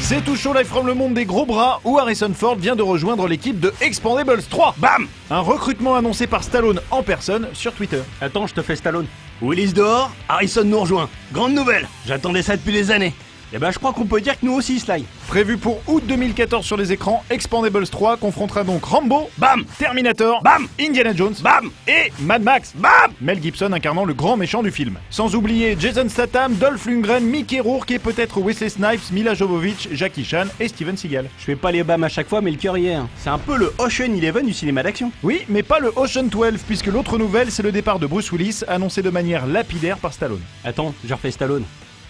C'est tout chaud live from le monde des gros bras où Harrison Ford vient de rejoindre l'équipe de Expandables 3. Bam Un recrutement annoncé par Stallone en personne sur Twitter. Attends, je te fais Stallone. Willis dehors, Harrison nous rejoint. Grande nouvelle J'attendais ça depuis des années. Et ben je crois qu'on peut dire que nous aussi, Sly. Prévu pour août 2014 sur les écrans, Expandables 3 confrontera donc Rambo, bah, Bam Terminator, Bam Indiana Jones, Bam et Mad Max, Bam Mel Gibson incarnant le grand méchant du film. Sans oublier Jason Statham, Dolph Lundgren, Mickey Rourke et peut-être Wesley Snipes, Mila Jovovich, Jackie Chan et Steven Seagal. Je fais pas les bams à chaque fois, mais le cœur y est. hein. C'est un peu le Ocean Eleven du cinéma d'action. Oui, mais pas le Ocean 12 puisque l'autre nouvelle c'est le départ de Bruce Willis annoncé de manière lapidaire par Stallone. Attends, je refais Stallone.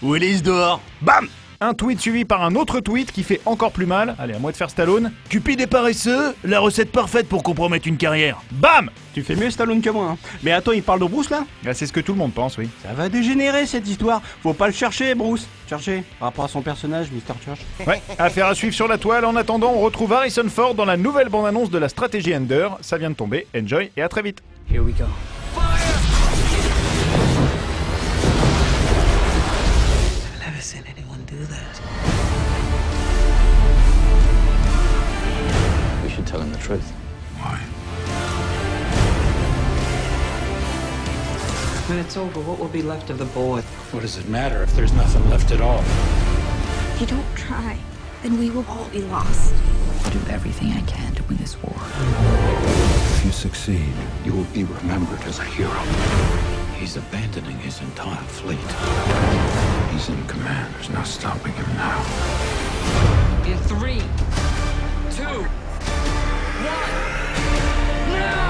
Willis dehors, Bam Un tweet suivi par un autre tweet qui fait encore plus mal. Allez, à moi de faire Stallone. Cupide et paresseux, la recette parfaite pour compromettre une carrière. Bam Tu fais mieux Stallone que moi. hein. Mais attends, il parle de Bruce là Ah, C'est ce que tout le monde pense, oui. Ça va dégénérer cette histoire. Faut pas le chercher, Bruce. Chercher. Par rapport à son personnage, Mr. Church. Ouais, affaire à suivre sur la toile. En attendant, on retrouve Harrison Ford dans la nouvelle bande-annonce de la stratégie Ender. Ça vient de tomber. Enjoy et à très vite. Here we go. never seen anyone do that. We should tell him the truth. When it's over, what will be left of the boy? What does it matter if there's nothing left at all? If you don't try, then we will all be lost. I'll do everything I can to win this war. If you succeed, You will be remembered as a hero. He's abandoning his entire fleet. He's in command. There's no stopping him now. In three, two, one, now!